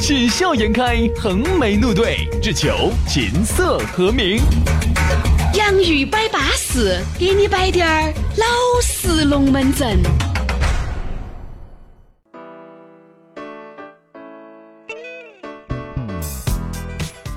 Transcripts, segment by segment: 喜笑颜开，横眉怒对，只求琴瑟和鸣。洋芋摆巴士，给你摆点儿老式龙门阵。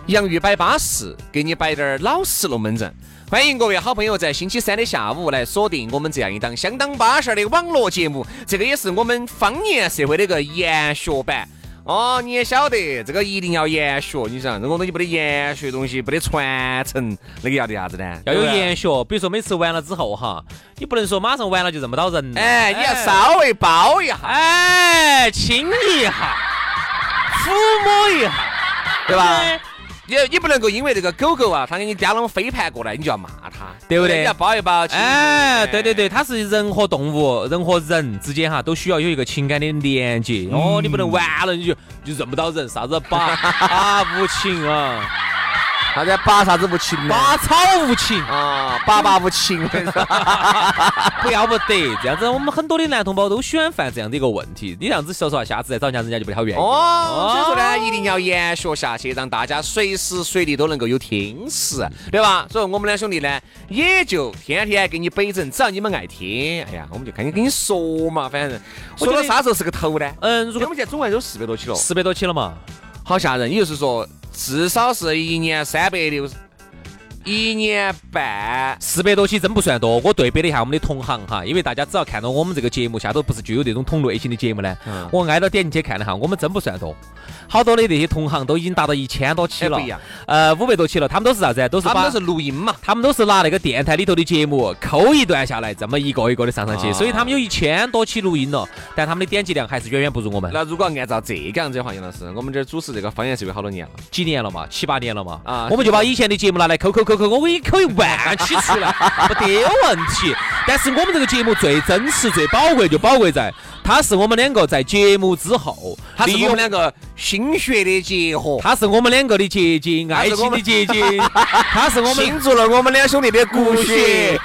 洋芋摆巴适，给你摆点儿老实龙门阵。欢迎各位好朋友在星期三的下午来锁定我们这样一档相当巴适儿的网络节目，这个也是我们方言社会的一个研学版。哦，你也晓得，这个一定要研学。你想，这种东西不得研学，东西不得传承，那个要得啥子呢？要有对不对研学，比如说每次完了之后哈，你不能说马上完了就认不到人了，哎，你要稍微包一下，哎，亲一下， 抚摸一下，对吧？你你不能够因为这个狗狗啊，它给你叼了个飞盘过来，你就要骂它，对不对你啊要包一包。亲哎，对对对，它是人和动物、人和人之间哈，都需要有一个情感的连接。哦，你不能完了你就就认不到人，啥子 把啊无情啊，啥子拔啥子无 情呢？拔草无情，啊，爸爸无情， 不要不得。这样子，我们很多的男同胞都喜欢犯这样的一个问题。你这样子说实话，下次再找人家，人家就不太好愿意。哦，所以说呢，一定要研学下去，让大家随时随地都能够有听识，对吧？所以我们两兄弟呢，也就天天给你摆整，只要你们爱听，哎呀，我们就赶紧跟你说嘛，反正说到啥时候是个头呢？嗯，如如果果我们现在总共有四百多期了，四百多期了嘛，好吓人。也就是说，至少是一年三百六，一年半。四百多期真不算多，我对比了一下我们的同行哈，因为大家只要看到我们这个节目下头不是就有这种同类型的节目呢，嗯我挨到点进去看了哈，我们真不算多，好多的那些同行都已经达到一千多期哎了不一样，呃，五百多期了，他们都是啥子？啊都是他们把都是录音嘛，他们都是拿那个电台里头的节目抠一段下来，这么一个一个的上上去，啊所以他们有一千多期录音了，但他们的点击量还是远远不如我们。那如果按照这个样子的话，杨老师，我们这儿主持这个方言社会好多年了。几年了嘛，七八年了嘛，啊我们就把以前的节目拿来抠抠抠抠，我给你抠一万期出 来，没得问题。但是我们这个节目最真实、最宝贵，就宝贵在它是我们两个在节目之后，它是利我用们两个心血的结合，它是我们两个的结晶，爱情的结晶，它是我们倾注了我们两兄弟的骨骨血血。，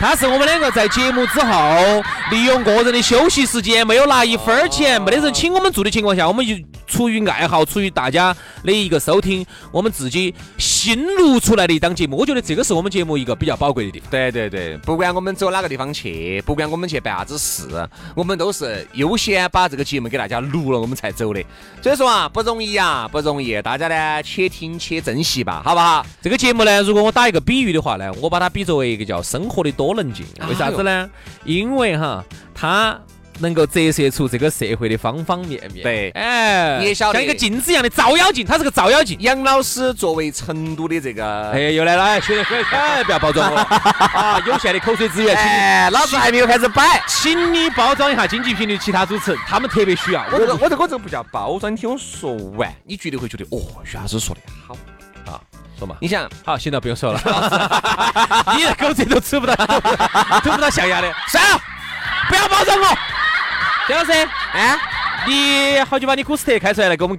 它是我们两个在节目之后，利用个人的休息时间，没有拿一分儿钱，没得人请我们做的情况下，我们就出于爱好，出于大家的一个收听，我们自己新录出来的一档节目，我觉得这个是我们节目一个比较宝贵的地方。对对对，不管我们走哪个地方去，不管我们去办啥子事，我们都是优先把这个节目给大家录了，我们才走的。所以说啊，不容易啊，不容易，大家呢且听且珍惜吧，好不好？这个节目呢，如果我打一个比喻的话呢，我把它比作为一个叫生活的多棱镜，为啥子呢？因为哈，它。能够折射出这个社会的方方面面，对哎，你也晓得像一个镜子一样的照妖镜，它是个照妖镜。杨老师作为成都的这个，哎，又来了，哎，兄弟，兄弟哎，不要包 装我啊！有限的口水资源，哎，老子还没有开始摆。请请你包装一下经济频率其他主持人，他们特别需要。我这个我这个我这个不叫包装，你听我说完，你绝对会觉得哦，徐老师说的好。说嘛，你想，好，行了，不用说了。 你的狗嘴都吃不到， 吐不到象牙的，算了，不要包装我。哦啊姜老师，哎。你好久把你古斯特开出来了，给我们。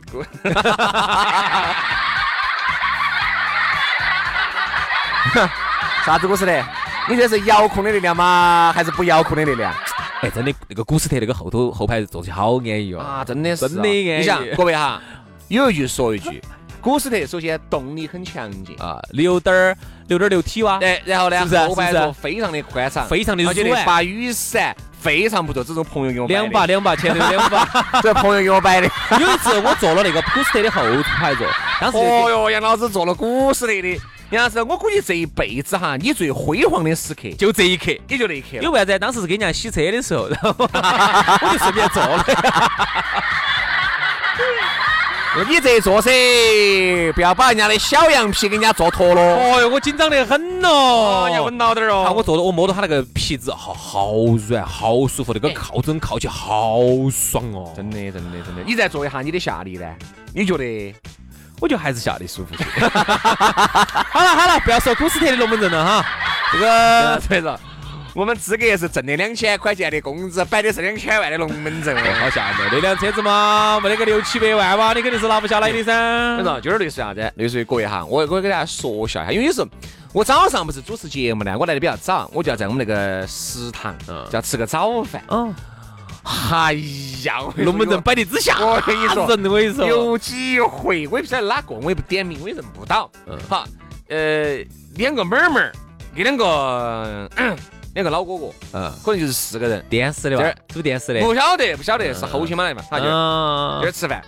啥子故事呢？你这是遥控的力量吗？还是不遥控的力量？哎，真的，那个古斯特那个后头后排坐起好安逸哦。啊，真的是啊、真的安逸你想，各位哈，有一句说 一句，古斯特首先动力很强劲，啊，六点儿六点六 T 哇，哎，然后呢，是不是啊后排是不是啊座非常的宽敞，非常的而且那软把雨伞非常不错，这种朋友给我买的两把，两把，前头两把。 这朋友给我摆的。有一次我坐了那个普斯特的后排 座， 当时就哦哟，杨老师做了古斯特的，杨老师，我估计这一辈子哈，你最辉煌的时刻就这一 刻。也就那一刻了。因为啥子？当时是给人家洗车的 时候，然后我就顺便坐了。你这坐噻，不要把人家的小羊皮给人家坐脱 了。哦哟，我紧张得很哦哦，你要稳到点儿看哦我。坐到，我摸到他那个皮子，好好软，好舒服，那个靠枕靠起好爽哦。真的，真的，真的。你再做一下你的下力呢？你觉得我觉得还是下得舒 服些。好了好了，不要说古斯特的龙门阵了哈，这个对了，我们资格是挣的两千块钱的工资，摆的是两千万的龙门阵。哎好吓人。那辆车子嘛，没得个六七百万吧，你肯定是拿不下来的噻反。正就是类似啥子，类似于各位哈，我我给大家说一下哈，因为有时候我早上不是主持节目呢，我来的比较早，我就要在我们那个食堂，就要吃个早饭。嗯，哎呀，龙门阵摆摆得之啊吓我跟你 说人，我跟你说，有几回，我也不晓得哪个，我也不点名，我也认不到。嗯好，呃，两个妹儿妹儿跟两个 咳两个老哥哥，嗯，可能就是四个人，电视的这吧儿，煮电视的。不晓得不晓得是后天嘛来嘛，他就嗯今儿吃饭，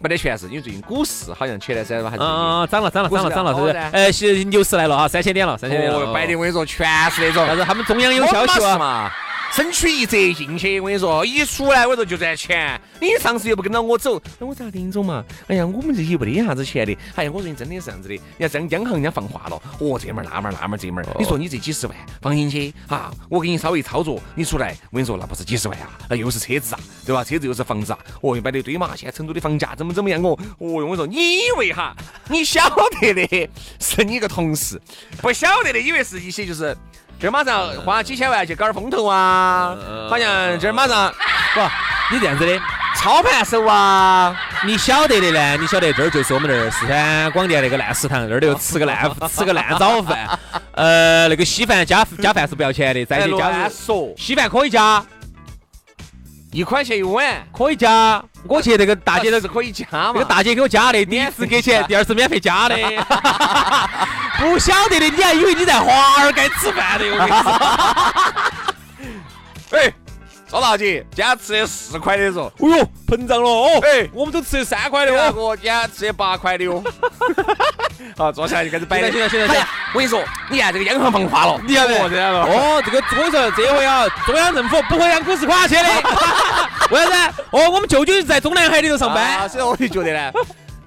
没得全是，因为最近股市好像前段时间吧还是最近。嗯，涨了涨了涨了涨了，是不不是是的？哎，是牛市来了啊，三千点了，三千点了。哦，摆的我跟你说，全是那种。但是他们中央有消息我啊，嘛，身躯一折进去，我跟你说，一出来我说就赚钱。你上次又不跟到我走，那我咋林总嘛？哎呀，我们这些没得啥子钱的。哎呀，我说你真的是这样子的，人家央央行人家放话了，哦这门儿那门儿那门儿这门儿，你说你这几十万放进去啊，我给你稍微操作，你出来，我跟你说那不是几十万啊，那又是车子啊，对吧？车子又是房子啊，哦又摆的堆嘛，现在成都的房价怎么怎么样哦，哦我跟你说，你以为哈，你晓得的是你一个同事，不晓得的以为是一些就是。这儿马上花几千万去搞点风投嗯啊，好像这儿马上不，你这样子的，操盘手啊，你晓得的呢，你晓得这儿就是我们那儿四川广电那个烂食堂，那儿就吃个烂吃个烂早饭，呃，那个稀饭加加饭是不要钱的，再哎，去加乱说，稀饭可以加，一块钱一碗，可以加，我去那个大姐姐那个都是可以加嘛。那个大姐给我加的，第一次给钱，第二次免费加的，不晓得的你还以为你在华尔街吃饭的，我跟你说。哎，周大姐，今天吃的四块的嗦，哎呦，膨胀了哦！哎我们都吃的三块的那哦。个今天吃的八块 的哟。好，坐下来就开始摆现了。在现在现在哎呀，我跟你说，你看这个央行放话了，你晓得哦这样了。哦，这个我跟你说，这回啊，中央政府不会让股市垮下去 的。为啥子？哦，我们舅舅是在中南海里头上啊班。所以我就觉 得呢，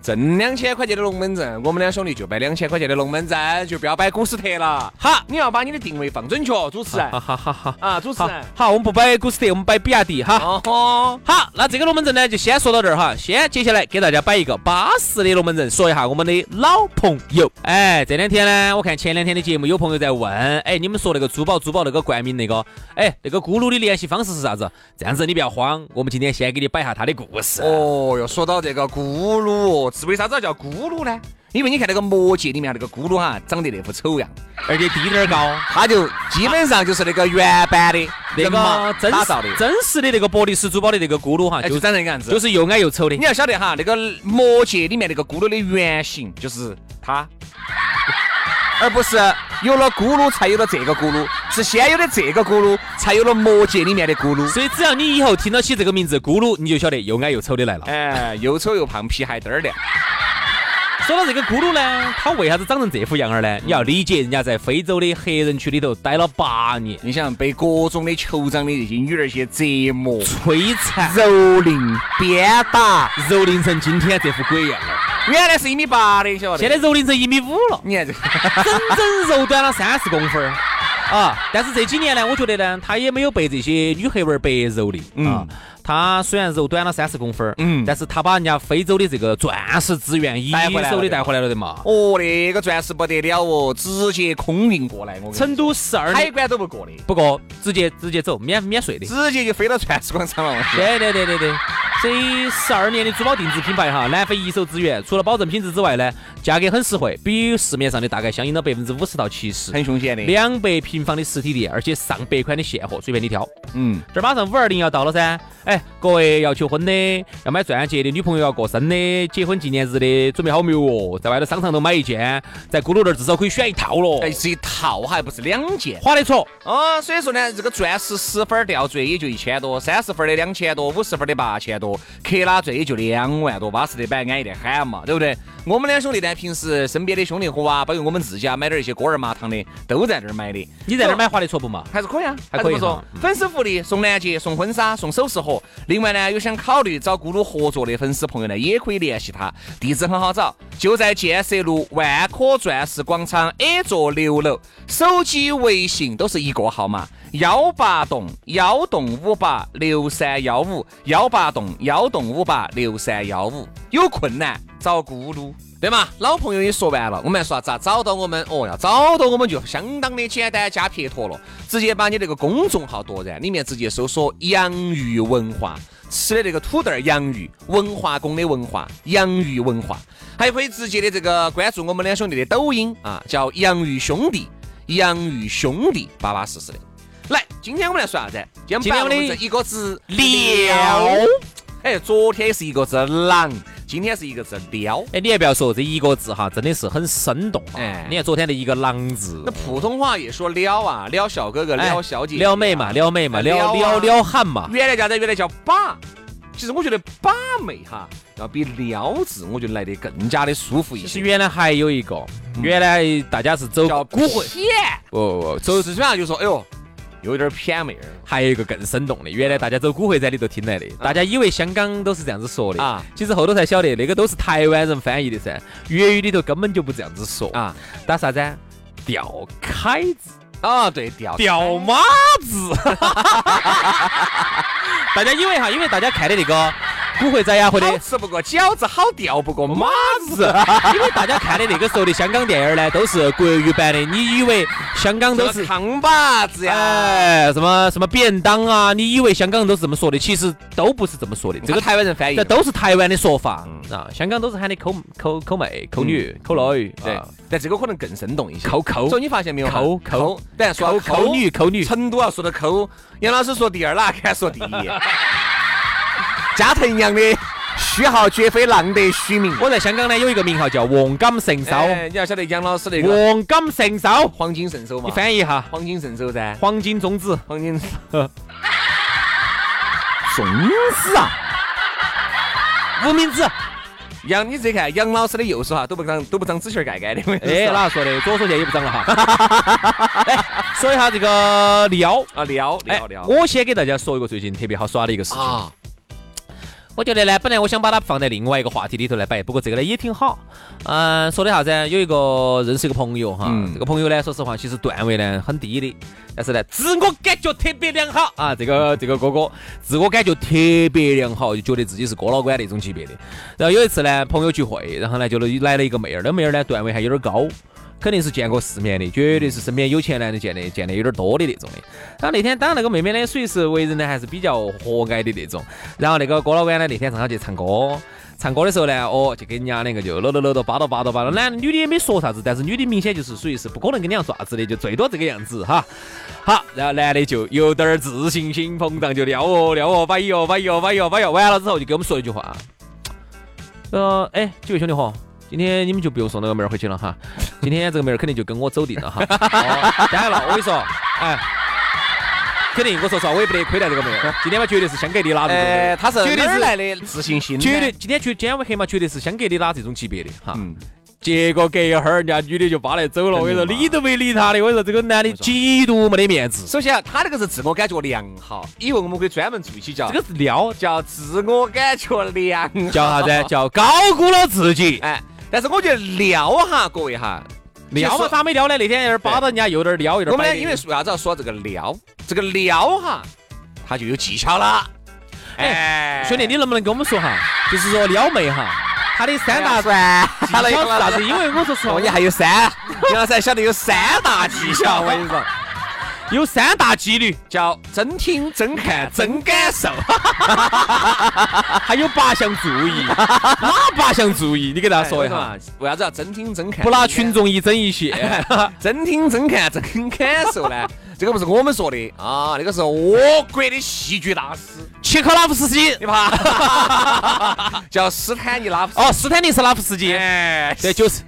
挣两千块钱的龙门阵，我们两兄弟就摆两千块钱的龙门阵，就不要摆股斯特了。好你要把你的定位放准确，主持人好好好好啊，主持好人。好，我们不摆股斯特，我们摆比亚迪哈。哦吼，好，那这个龙门阵呢，就先说到这儿哈。先接下来给大家摆一个巴适的龙门阵，说一下我们的老朋友。哎，这两天呢，我看前两天的节目有朋友在问，哎，你们说那个珠宝珠宝那个冠名那个，哎，那个咕噜的联系方式是啥子？这样子你不要慌，我们今天先给你摆一下他的故事。哦哟，说到这个咕噜哦，是为啥子要叫咕噜呢？因为你看那个《魔戒》里面那个咕噜哈，长得那副丑样，而且低点儿高，他就基本上就是那个原版的那马个真打造的实，真实的那个伯利斯珠宝的那个咕噜哈，哎，就就是长那个样子。就是是又矮又丑的你。要晓得哈，那个《魔戒》里面那个咕噜的原型就是他，而不是有了咕噜才有了这个咕噜，是先有的这个咕噜，才有了《魔戒》里面的咕噜。所以只要你以后听到起这个名字咕噜，你就晓得又矮又丑的来了。哎，又丑又胖，皮还嘚儿亮。说到这个咕噜呢，它为啥子长成这副样儿呢？你要理解人家在非洲的黑人区里头待了八年，你想被各种的酋长的这些女儿些折磨、摧残，蹂躏、鞭打，蹂躏成今天这副鬼样儿。原来是一米八的，晓得？现在蹂躏成一米五了，你看这个， 整整肉短了三十公分儿 啊！但是这几年呢，我觉得呢，他也没有被这些女黑娃儿白蹂躏、啊。他虽然肉短了三十公分儿，嗯但是他把人家非洲的这个钻石资源一带回来了手的带回来了的嘛。哦，那个钻石不得了哦，直接空运过来，我跟你说成都十二海年，关都不过的，不过直接直接走，免免税的。直接就飞到钻石广场了。我跟你说对对对对对，这十二年的珠宝定制品牌哈，南非一手资源，除了保证品质之外呢，价格很实惠，比市面上的大概相应了百分之五十到七十。很凶险的。两百平方的实体店，而且上百款的现货，随便你挑。嗯，这儿马上五二零要到了噻，哎，各位要求婚的，要买钻戒的，女朋友要过生的，结婚纪念日的，准备好没有哦？在外头商场头买一件，在咕噜那儿至少可以选一套了，哎，是一套还不是两件划得着。哦，所以说呢，这个钻石十分儿吊坠也就一千多，三十分儿的两千多，五十分儿的八千多，克拉钻也就两万多，巴适的板，安逸的很嘛，对不对？我们两兄弟呢，平时身边的兄弟伙啊，包括我们自己啊，买点一些锅儿麻糖的，都在这儿买的。你在那儿买划得着不嘛？还是可以啊，还可以不错哈。嗯粉丝福利送钻戒、送婚纱、送首饰盒。另外呢，有想考虑找咕噜合作的粉丝朋友呢，也可以联系他，地址很好找，就在建设路万科钻石广场 A 座六楼。手机、微信都是一个号码，幺八栋幺栋五八六三幺五，幺八栋幺栋五八六三幺五。有困难找咕噜，对嘛？老朋友也说完了，我们要说咋找到我们？哦，要找到我们就相当的简单加撇脱了，直接把你那个公众号夺然，里面直接搜索“洋芋文化”，吃的那个土豆儿洋芋，文化宫的文化，洋芋文化，还可以直接的这个关注我们两兄弟的抖音啊，叫“洋芋兄弟”。洋芋兄弟，巴巴适适的。来，今天我们来说啥子？今今天天我我们们的这一个字撩。哎，昨天是一个字狼，今天是一个字撩。哎，你还不要说这一个字哈，真的是很生动哈。哎你看昨天的一个“狼”字那，普通话也说撩啊，撩小哥哥，哎撩小姐姐啊，撩妹嘛，撩妹嘛，撩撩撩啊撩汉嘛。原来叫啥子？原来叫把。其实我觉得把妹哈，要比撩字，我觉得来得更加的舒服一其实些。原来还有一个，原来大家是走嗯哦叫骨灰，偏，不不不，走四川就说，哎呦，有点偏妹儿。还有一个更生动的，原来大家走骨灰仔里头听来的，大家以为香港都是这样子说的啊，其实后头才晓得那个都是台湾人翻译的噻，粤语里头根本就不这样子说啊，打啥子啊？吊凯子，啊，对，吊吊马子， 大家以为哈，因为大家看的那个骨灰仔呀，或者好吃不过饺子，好吊不过马子，因为大家看的那个时候的香港电影儿呢，都是国语版的，你以为香港都 什是。么扛把子呀，哎，什么什么便当啊？你以为香港人都是这么说的，其实都不是这么说的。这啊这个个台湾人翻译这的。都是台湾的说法嗯啊，香港都是喊的抠抠抠妹、抠女、抠女，对啊，但这个可能更生动一些。抠抠所以你发现没有哈？抠抠，但说抠到抠女、抠女。成都要说的抠，杨老师说第二，哪敢 说第一？加藤阳的虚号绝非浪得虚名。我在香港呢有一个名号叫黄金神手，哎，你要晓得杨老师那个黄金神手，黄金圣手嘛你，翻译一下，黄金圣手噻，黄金宗旨。黄 金宗旨啊，无名指。杨，你这看杨老师的右手哈啊都不长都不长指甲盖盖的。我跟你哎，说哪说的？左手现在也不长了哈。 哎，说一下这个撩，啊撩哎撩撩，我先给大家说一个最近特别好耍的一个事情。啊，我觉得呢，本来我想把它放在另外一个话题里头来摆，不过这个呢也挺好。嗯、说的啥子啊？有一个认识一个朋友哈，嗯这个朋友呢，说实话，其实段位呢很低的，但是呢，自我感觉特别良好啊。这个这个哥哥自我感觉特别良好，就觉得自己是哥老倌那种级别的。然后有一次呢，朋友聚会，然后呢就来了一个妹儿，那妹儿呢段位还有点高。肯定是见过世面的，绝对是身边有钱男的见的见的有点多的那种的。然后那天，当然那个妹妹呢，属于是为人呢还是比较和蔼的那种。然后那个哥老倌呢，那天正好去唱歌，唱歌的时候呢，哦，就跟人家两个就搂搂搂到巴到巴到巴到，男的女的也没说啥子，但是女的明显就是属于是不可能跟你要爪子的，就最多这个样子哈。好，然后男的就有点儿自信心膨胀，就撩哦撩哦，摆哟摆哟摆哟摆哟，完了之后就给我们说了一句话，呃，哎，几位兄弟伙。今天你们就不用送那个妹儿回去了哈，今天这个妹儿肯定就跟我走定了哈。哦当然了，我跟你说，哎，肯定我说实话，我也不得亏待这个妹儿，今天嘛绝对是香格里拉这种妹儿哎，他是绝对哪是儿来的自信心呢？绝对今天绝今天黑嘛，绝对是香格里拉这种级别的哈。嗯，结果隔一会儿，人家女的就扒来走了，我跟你说，真的吗理都没理他的，我跟你说，这个男的极度没得面子。首先啊，他那个是自我感觉良好，以后我们可以专门做一期叫这个是撩， 叫自我感觉良好。叫啥子？叫高估了自 己。哎，但是我觉得撩哈，各位哈，撩嘛，其实咋没撩呢？那天有点扒到人家，有点啊撩，有点我们摆呢，的因为为啥子要说这个撩？这个撩哈，它就有技巧了。哎兄弟，你能不能跟我们说哈？哎就是说撩妹哈，她的三大技巧了一是个啥子？因为我说实话， 哦，你还有三，杨老师还晓得有三大技巧，我跟你说， 有三大几率，叫真听、真看、真感 受。还有八项注 意。哪八项注意？你给大家说一啊下。哎，为啥子要真听真看？不拿真群感众一针一 线。真听真看真感受呢？ 这个不是我们说的啊，那个是俄国的戏剧大师，切科拉夫斯基，你怕？ 叫斯坦尼拉夫斯基。哦，斯坦尼斯拉夫斯基，哎，对，就是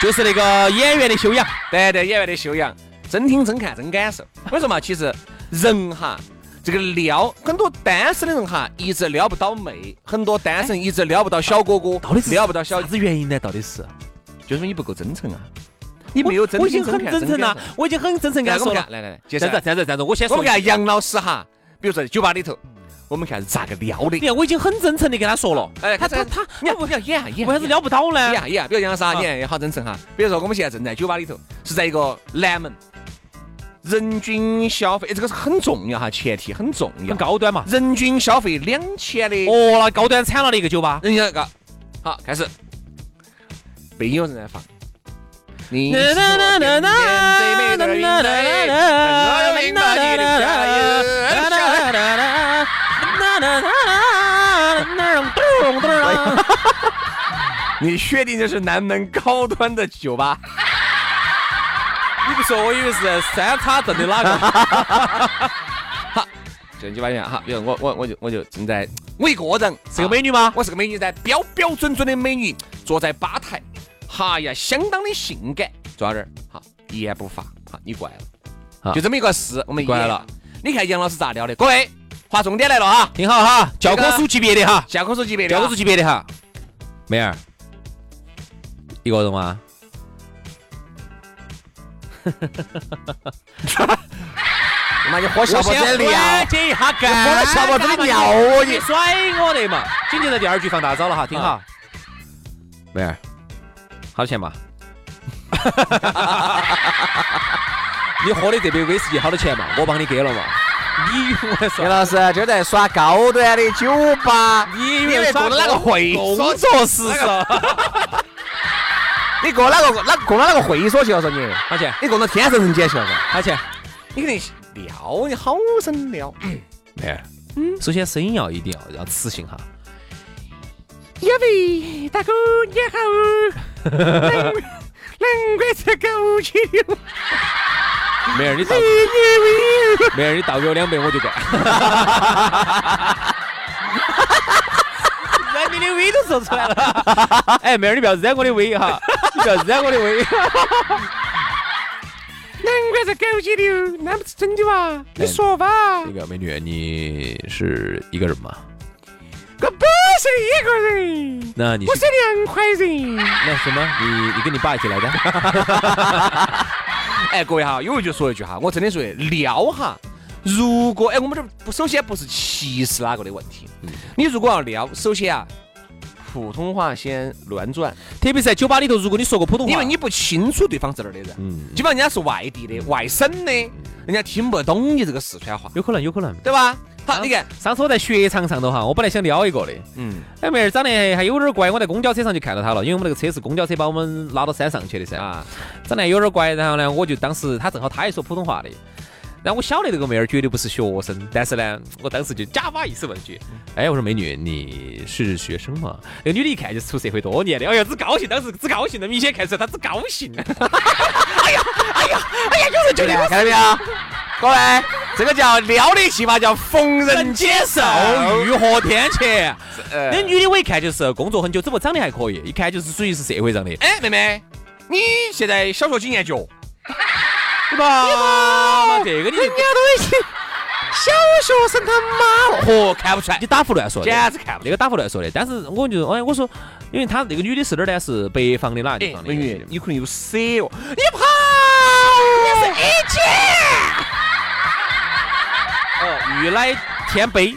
就是那个演员的修养。对对，演员的修养，真听真看真感受。我跟你说嘛，其实人哈，这个撩很多单身的人哈，一直撩不到妹，很多单身一直撩不到小哥哥，哎到底是撩不到小啥，子原因呢？到底是就是你不够真诚啊，你没有真我已听经真很看真诚了感受，我已经很真诚跟来他我们说看了，。来来来，接这着样子，这样子，这样子，我先我说。们看杨老师哈，比如说在酒吧里头，我们看是咋个撩你的。看，我已经很真诚的跟他说了，哎，他他看这他，你看，你看演啊演啊，为啥子撩不到呢演？啊演啊？比如杨老师啊，啊你看也好真诚哈。比如说我们现在正在酒吧里头，是在一个南门，人均消费，这个是很重要哈，前提很重要很。高端嘛。人均消费两千的，哦，那高端惨了的一个酒吧。人家个好开始，没有人在放。你是我天边最美的云彩，让我拥抱你的笑颜笑颜。你确定这是南门高端的酒吧？你不说，我以为是三叉镇的哪个？这你发现哈，比如我我我就我就正在，我一个人 是个美女吗？我是个美女噻，标标准准的美女，坐在吧台，哈呀，相当的性感，坐到这儿，好，一言不发，好，你过来啊了，就这么一个事，我们一过来言了。你看杨老师咋聊的？各位，划重点来了啊，挺好哈，教科书级别的哈，教科书级别的教啊，科书级别的哈。妹儿，一个人啊吗？他妈你喝小我伙先子的料，缓解一下干，我的小伙子的尿哦你甩啊我的嘛！紧接着第二句放大招了哈，听好。妹儿，好多钱 嘛？你喝的这杯威士忌好多钱嘛？我帮你给了嘛？你以为我杨说？老师这在耍高端的酒吧，你以以为为过了哪个会工所作室是？ 你过哪个哪过到哪个会所去了？说你，好钱，你过到天神人间去了？好钱。你肯定撩，你好生撩。妹儿，嗯，首先声音要一定要要磁性哈。因为大哥你好，难怪这狗去了。妹儿，你 倒，妹儿，你倒给我两杯我就干。染你的微都说出来了。 哎，妹儿，你不要染我的微哈，你不要染我的微。难怪这狗去了，那不是真的吧？你说吧，那个美女，你是一个人吗？我不是一个人，那你我是是两块人。那什么？你你跟你爸一起来的？哎，各位哈，有一句说一句哈，我真的说撩哈。如果哎，我们这不首先不是歧视哪个的问题，嗯你如果要撩，首先啊，普通话先乱转，特别是在酒吧里头，如果你说个普通话，因为你不清楚对方是哪儿的人，嗯，基本上人家是外地的、外省的，人家听不懂你这个四川话，有可能，有可能。对吧？好，你看，上次我在雪场上头哈，我本来想撩一个的，嗯，哎，妹儿长得还有点乖，我在公交车上就看到她了，因为我们那个车是公交车把我们拉到山上去的噻。啊，长得有点乖，然后呢，我就当时她正好她也说普通话的，然后我晓得这个妹儿绝对不是学生，但是呢，我当时就假巴意思问句，哎，我说美女，你是学生吗？那个女的一看就是出社会多年的，哎呀，只高兴，当时只高兴的，明显看出来她只高兴。就这看到没有？各位，这个叫撩的戏法叫逢人接受，御合天气，呃那女的我一看就是工作很久，只不过长得还可以，一看就是属于是社会上的。哎，妹妹，你现在小学几年级哦？对吧？这 个你人家都已经小学生他妈了，嚯，看不出来，你打胡乱说的，简直看不出那个打胡乱说的。但是我就哎，我说，因为她那个女的是哪儿呢？是北方的哪个地哎方，的？美女，你可能有蛇哦，你跑，你是 A 姐。哦，雨来天杯，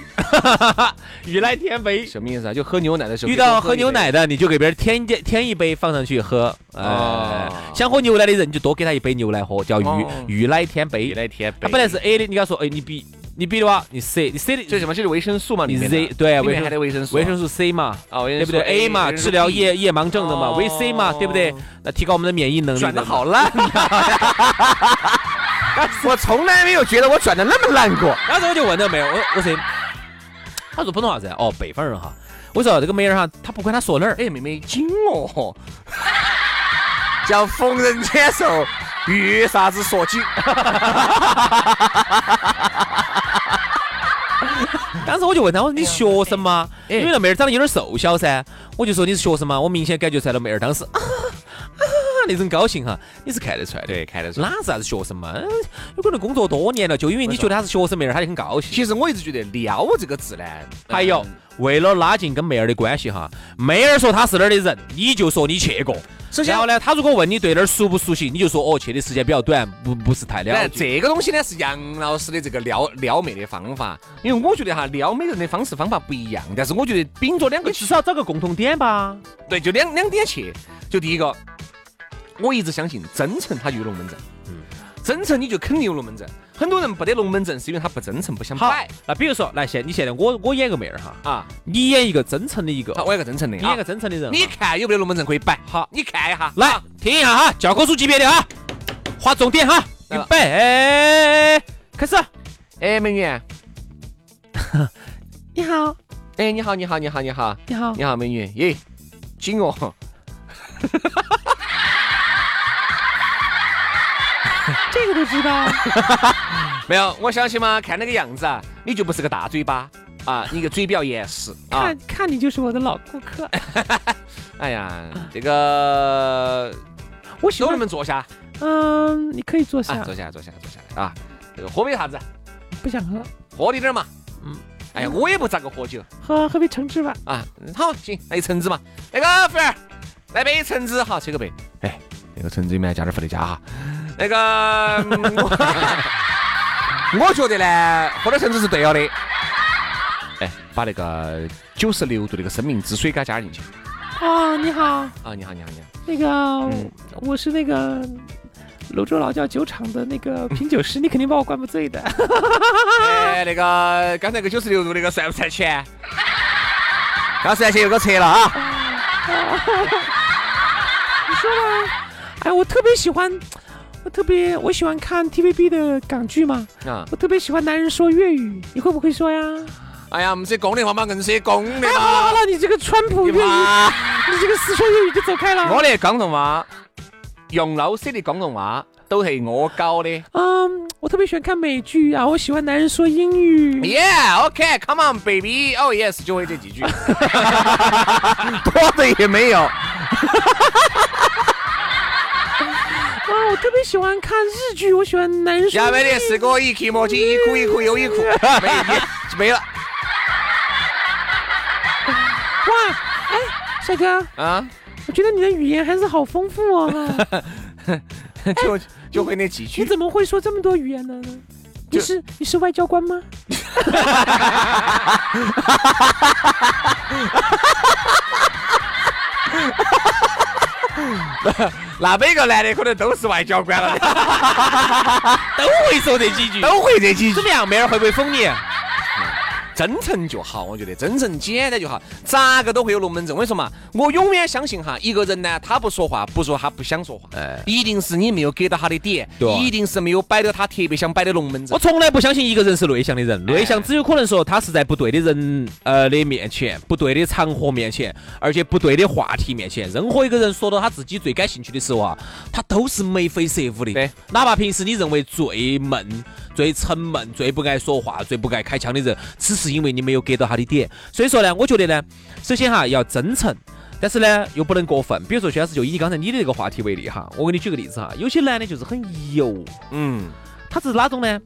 雨来天杯。什么意思啊？就喝牛奶的时候，遇到喝牛奶的，你就给别人添一点添一杯放上去喝。哎哦，想喝牛奶的人，你就多给他一杯牛奶喝，叫雨哦雨来天杯。啊来天他本来是 A 的，你跟他说，哎，你比你比的话，你 C，你 C 的，这是什么？这是维生素嘛？你里面的 Z 对里维面生含的维生素，维生素 C 嘛，啊，维对生不素对 A A 嘛，维生素治疗 B 夜夜盲症的嘛，哦维 C 嘛，对不对？那提高我们的免疫能力。转的，好烂啊呀！ 我从来没有觉得我转的那么烂过。当时我就问他没有，我我说，他说普通话噻，哦，北方人哈。我说这个妹儿哈，她不管她说哪儿，哎，妹妹紧哦，叫逢人接受，遇啥子说紧。当时我就问她，我说你学生吗？哎因为那妹儿长得有点瘦小噻，我就说你是学生吗？我明显感觉出来了，妹儿当时啊啊那种高兴哈，你是看得出来的。对，看得出来。哪是啥子学生嘛？嗯有可能工作多年了，就因为你觉得她是学生妹儿，她就很高兴。其实我一直觉得“撩”这个字呢，嗯还有，为了拉近跟妹儿的关系哈，妹儿说她是哪儿的人，你就说你去过。首先然后呢，她如果问你对哪儿熟不熟悉，你就说哦，去的时间比较短，不不是太那了解。这个东西呢是杨老师的这个撩撩妹的方法，因为我觉得哈撩妹人的方式方法不一样，但是我觉得秉着两个你至少找个共同点吧。对，就两两点去，就第一个，我一直相信真诚它就有龙门阵，嗯，真诚你就肯定有龙门阵。很多人不得龙门阵，是因为他不真诚，不想好摆，那比如说，来现你现在我我演个妹儿哈，啊。你演一个真诚的一个，好，我要个真诚的你啊演个，真诚的人哈，你看有没得龙门阵可以摆？好你看一下，来啊听一下哈，教科书级别的哈，划重点哈，来预了备，开始。哎，美女，你好，哎，你好，你好，你好，你好，你好，你好，美女，耶，紧哦，这个都知道。 没有，我相信嘛，看那个样子啊，你就不是个大嘴巴啊，你个嘴比较严实啊看。看你就是我的老顾客，哎呀，这个啊我喜都欢能不。能坐下？嗯，你可以坐啊，下坐，下，坐下，坐下来啊。这个喝杯啥子？不想喝，喝滴点儿嘛。嗯嗯。哎呀，我也不咋个喝酒喝喝杯橙汁吧。啊。嗯好，行，来一橙子嘛。那个服务员，来杯橙子，好，吹个杯。哎，那个橙子里面加点伏特加哈。那个， 嗯我我觉得呢，喝点橙子是对了的。哎，把那个九十六度那个生命之水给它加进去。哦，你好，啊，你好，你好，你好。那个、嗯我是那个泸州老窖酒厂的那个品酒 师，你肯定把我灌不醉的。哎，那个刚才那个九十六度那个算不算钱？刚才钱又给我撤了啊！你说吧，哎，我特别喜欢，我特别我喜欢看 TVB 的港剧嘛，啊，我特别喜欢男人说粤语，你会不会说呀？哎呀，唔是公的话嘛，硬是公的哎，好了好嘛。了，你这个川普你粤语，妈！你这个四川粤语就走开了。啊我的广东话，用老师的广东话都是我教的。嗯，我特别喜欢看美剧啊，我喜欢男人说英语。 Yeah, OK, come on, baby. Oh yes，就会这几句，多的也没有。啊，我特别喜欢看日剧，我喜欢男人说下面英的语。是我一期墨镜，一哭一哭又一哭，没没了哇，哎，帅哥， 啊，我觉得你的语言还是好丰富 哦。就就会那几你句。怎么会说这么多语言呢？你是你是外交官吗？那每个男的可能都是外交官了的，都会说这几句都会嗯这几句。么样，妹儿会不会封你？真诚就好，我觉得真诚简单就好，咋个都会有龙门阵。我跟你说嘛，我永远相信哈，一个人呢，他不说话，不说他不想说话，一定是你没有给到他的点，对一定是没有摆到他特别想摆的龙门阵我。从来不相信一个人是内向的人，内向只有可能说他是在不对的人呃的面前、不对的场合面前，而且不对的话题面前。任何一个人说到他自己最感兴趣的时候啊，他都是眉飞色舞的。对，哪怕平时你认为最闷、最沉闷、最不爱说话、最不爱开腔的人，只是因为你没有给到他的点。所以说呢，我觉得呢，首先哈要真诚。但是呢，又不能过分。比如说，薛老师就以刚才你的这个话题为例哈，我给你举个例子哈，有些男的就是很油，嗯，他是哪种呢？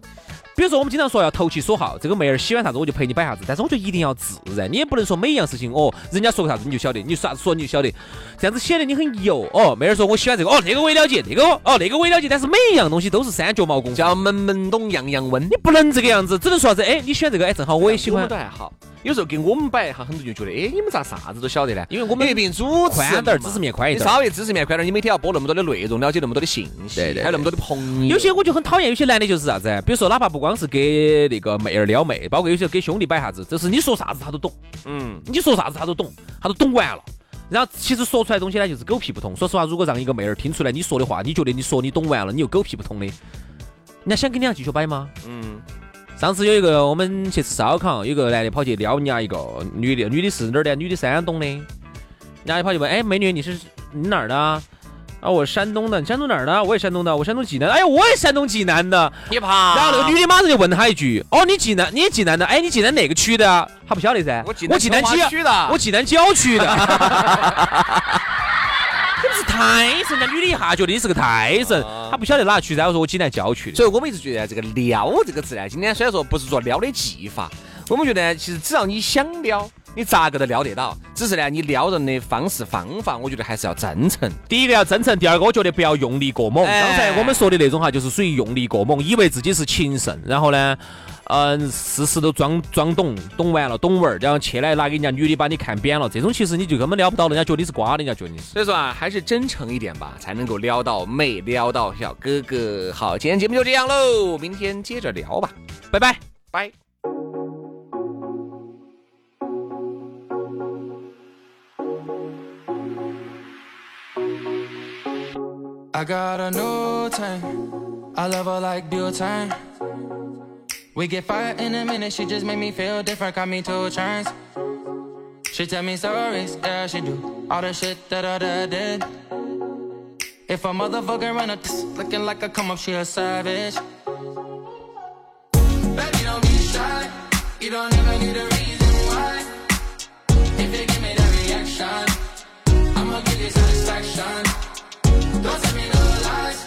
比如说，我们经常说要投其所好，这个妹儿喜欢啥子我就陪你摆啥子，但是我觉得一定要自然，你也不能说每一样事情哦，人家说个啥子你就晓得，你啥子说你就晓得，这样子显得你很油哦。妹儿说我喜欢这个，哦这个我也了解，这个我哦那个我也了解，但是每一样东西都是三脚猫功夫，叫门门懂样样温。你不能这个样子，只能说啥子哎你喜欢这个，哎正好我也喜我欢们都，还好，有时候给我们摆哈，很多人就觉得，哎，你们咋啥子都晓得呢？因为我们毕竟主持宽点儿，知识面面宽一你点。稍微知识面宽点儿，你每天要播那么多的内容，了解那么多的信息，对对对还有那么多的朋友。有些我就很讨厌，有些男的就是啥子，比如说哪怕不光是给那个妹儿撩妹，包括有些给兄弟摆啥子，就是你说啥子他都懂。嗯，你说啥子他都懂，他都懂完了。然后其实说出来的东西呢，就是狗屁不通。说实话，如果让一个妹儿听出来你说的话，你觉得你说你懂完了，你又狗屁不通的，人家想跟你俩继续摆吗？嗯，上次有一个我们去吃烧烤，有个男的跑去撩人家一个女的，女的是哪儿的？女的山东的。人家就跑去问，哎，美女，你是你哪儿的啊？啊，我山东的，你山东哪儿的？啊我也山东的，我山东济南的。哎呀，我也山东济南的。你怕？然后那个女的马上就问他一句，哦，你济南，你也济南的？哎，你济南哪个区的啊？他不晓得噻，我济南我济南啊清几华区的，我济南郊区 的。这不是泰神，人家女的一下觉得你是个泰神啊，她不晓得哪区的，然后说我济南郊区的。所以我们一直觉得这个“撩”这个字呢，啊今天虽然说不是说撩的技法，我们觉得其实只要你想撩，你咋个都撩得到。只是呢，你撩人的方式方法，我觉得还是要真诚。第一个要真诚，第二个我觉得不要用力过猛。哎刚才我们说的那种哈，就是属于用力过猛，以为自己是情圣，然后呢，嗯、事事都装装懂，懂完了，懂文儿，然后去来拿给人家女的把你看扁了，这种其实你就根本撩不到，人家觉得你是瓜的，人家觉得你是。所以说啊，还是真诚一点吧，才能够撩到妹，撩到小哥哥。好，今天节目就这样喽，明天接着聊吧，拜拜。拜。 I got a new time. I love her like butane. We get fired in a minute. She just make me feel different. Got me two chains. She tell me stories. Yeah, she do all the shit that I done did. If a motherfucker run up, looking like I come up, she a savage. Baby, don't be shy. You don't even need a reason why. If you give me that reaction, I'ma give you satisfaction. Don't tell me no lies.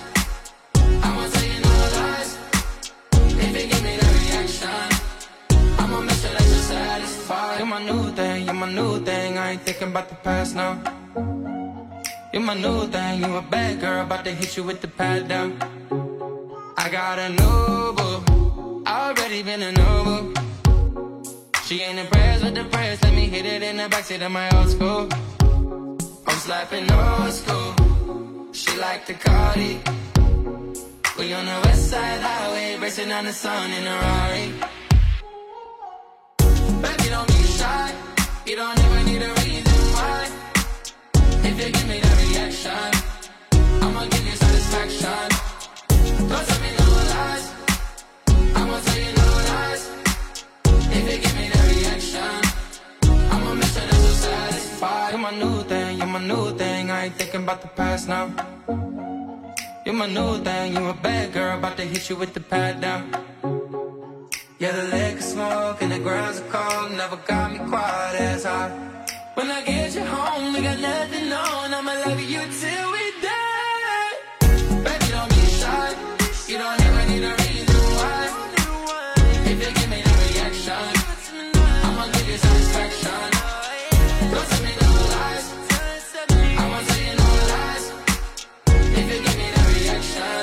I'ma tell you no lies. If you give me that reaction, I'ma make sure that you're satisfied. You're my new thing, you're my new thing. I ain't thinking about the past now. You're my new thing, you a bad girl, about to hit you with the pad down. I got a new boo, already been a new boo. She ain't impressed with the press, let me hit it in the backseat of my old school. I'm slapping old school. She like the Cardi. We on the west side highway, racing down the sun in a Rari. Baby, don't be shy. You don't even need a reason why. If you give me that reaction, I'ma give you satisfaction. Don't tell me no lies. I'ma tell you no lies. If you give me that reaction, I'ma make sure that you're satisfied. You're my new thing, you're my new thing. I ain't thinking about the past now. You're my new thing, you a bad girl, about to hit you with the pad down. Yeah, the liquor smoke and the grounds are cold, never got me quiet as hot. When I get you home, we got nothing on, I'ma love you till we die. Baby, don't be shy, you don't even need a reason why. If you give me the reaction, I'ma give you satisfaction. Don't tell me no lies, I'ma tell you no lies. If you give me that reaction,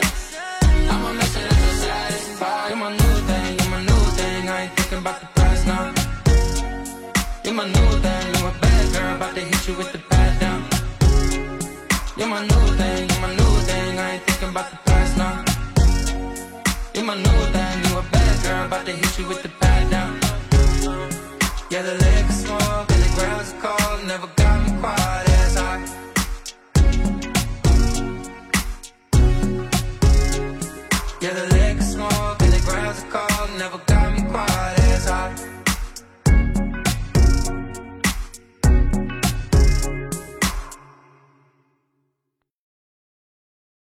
I'ma make sure that you're satisfied. You're my new thing, you're my new thing. I ain't thinking about the past now. You're my new thing, you a bad girl, about to hit you with the pad down. You're my new thing, you're my new thing. I ain't thinking about the past now. You're my new thing, you a bad girl, about to hit you with the pad down. Yeah, the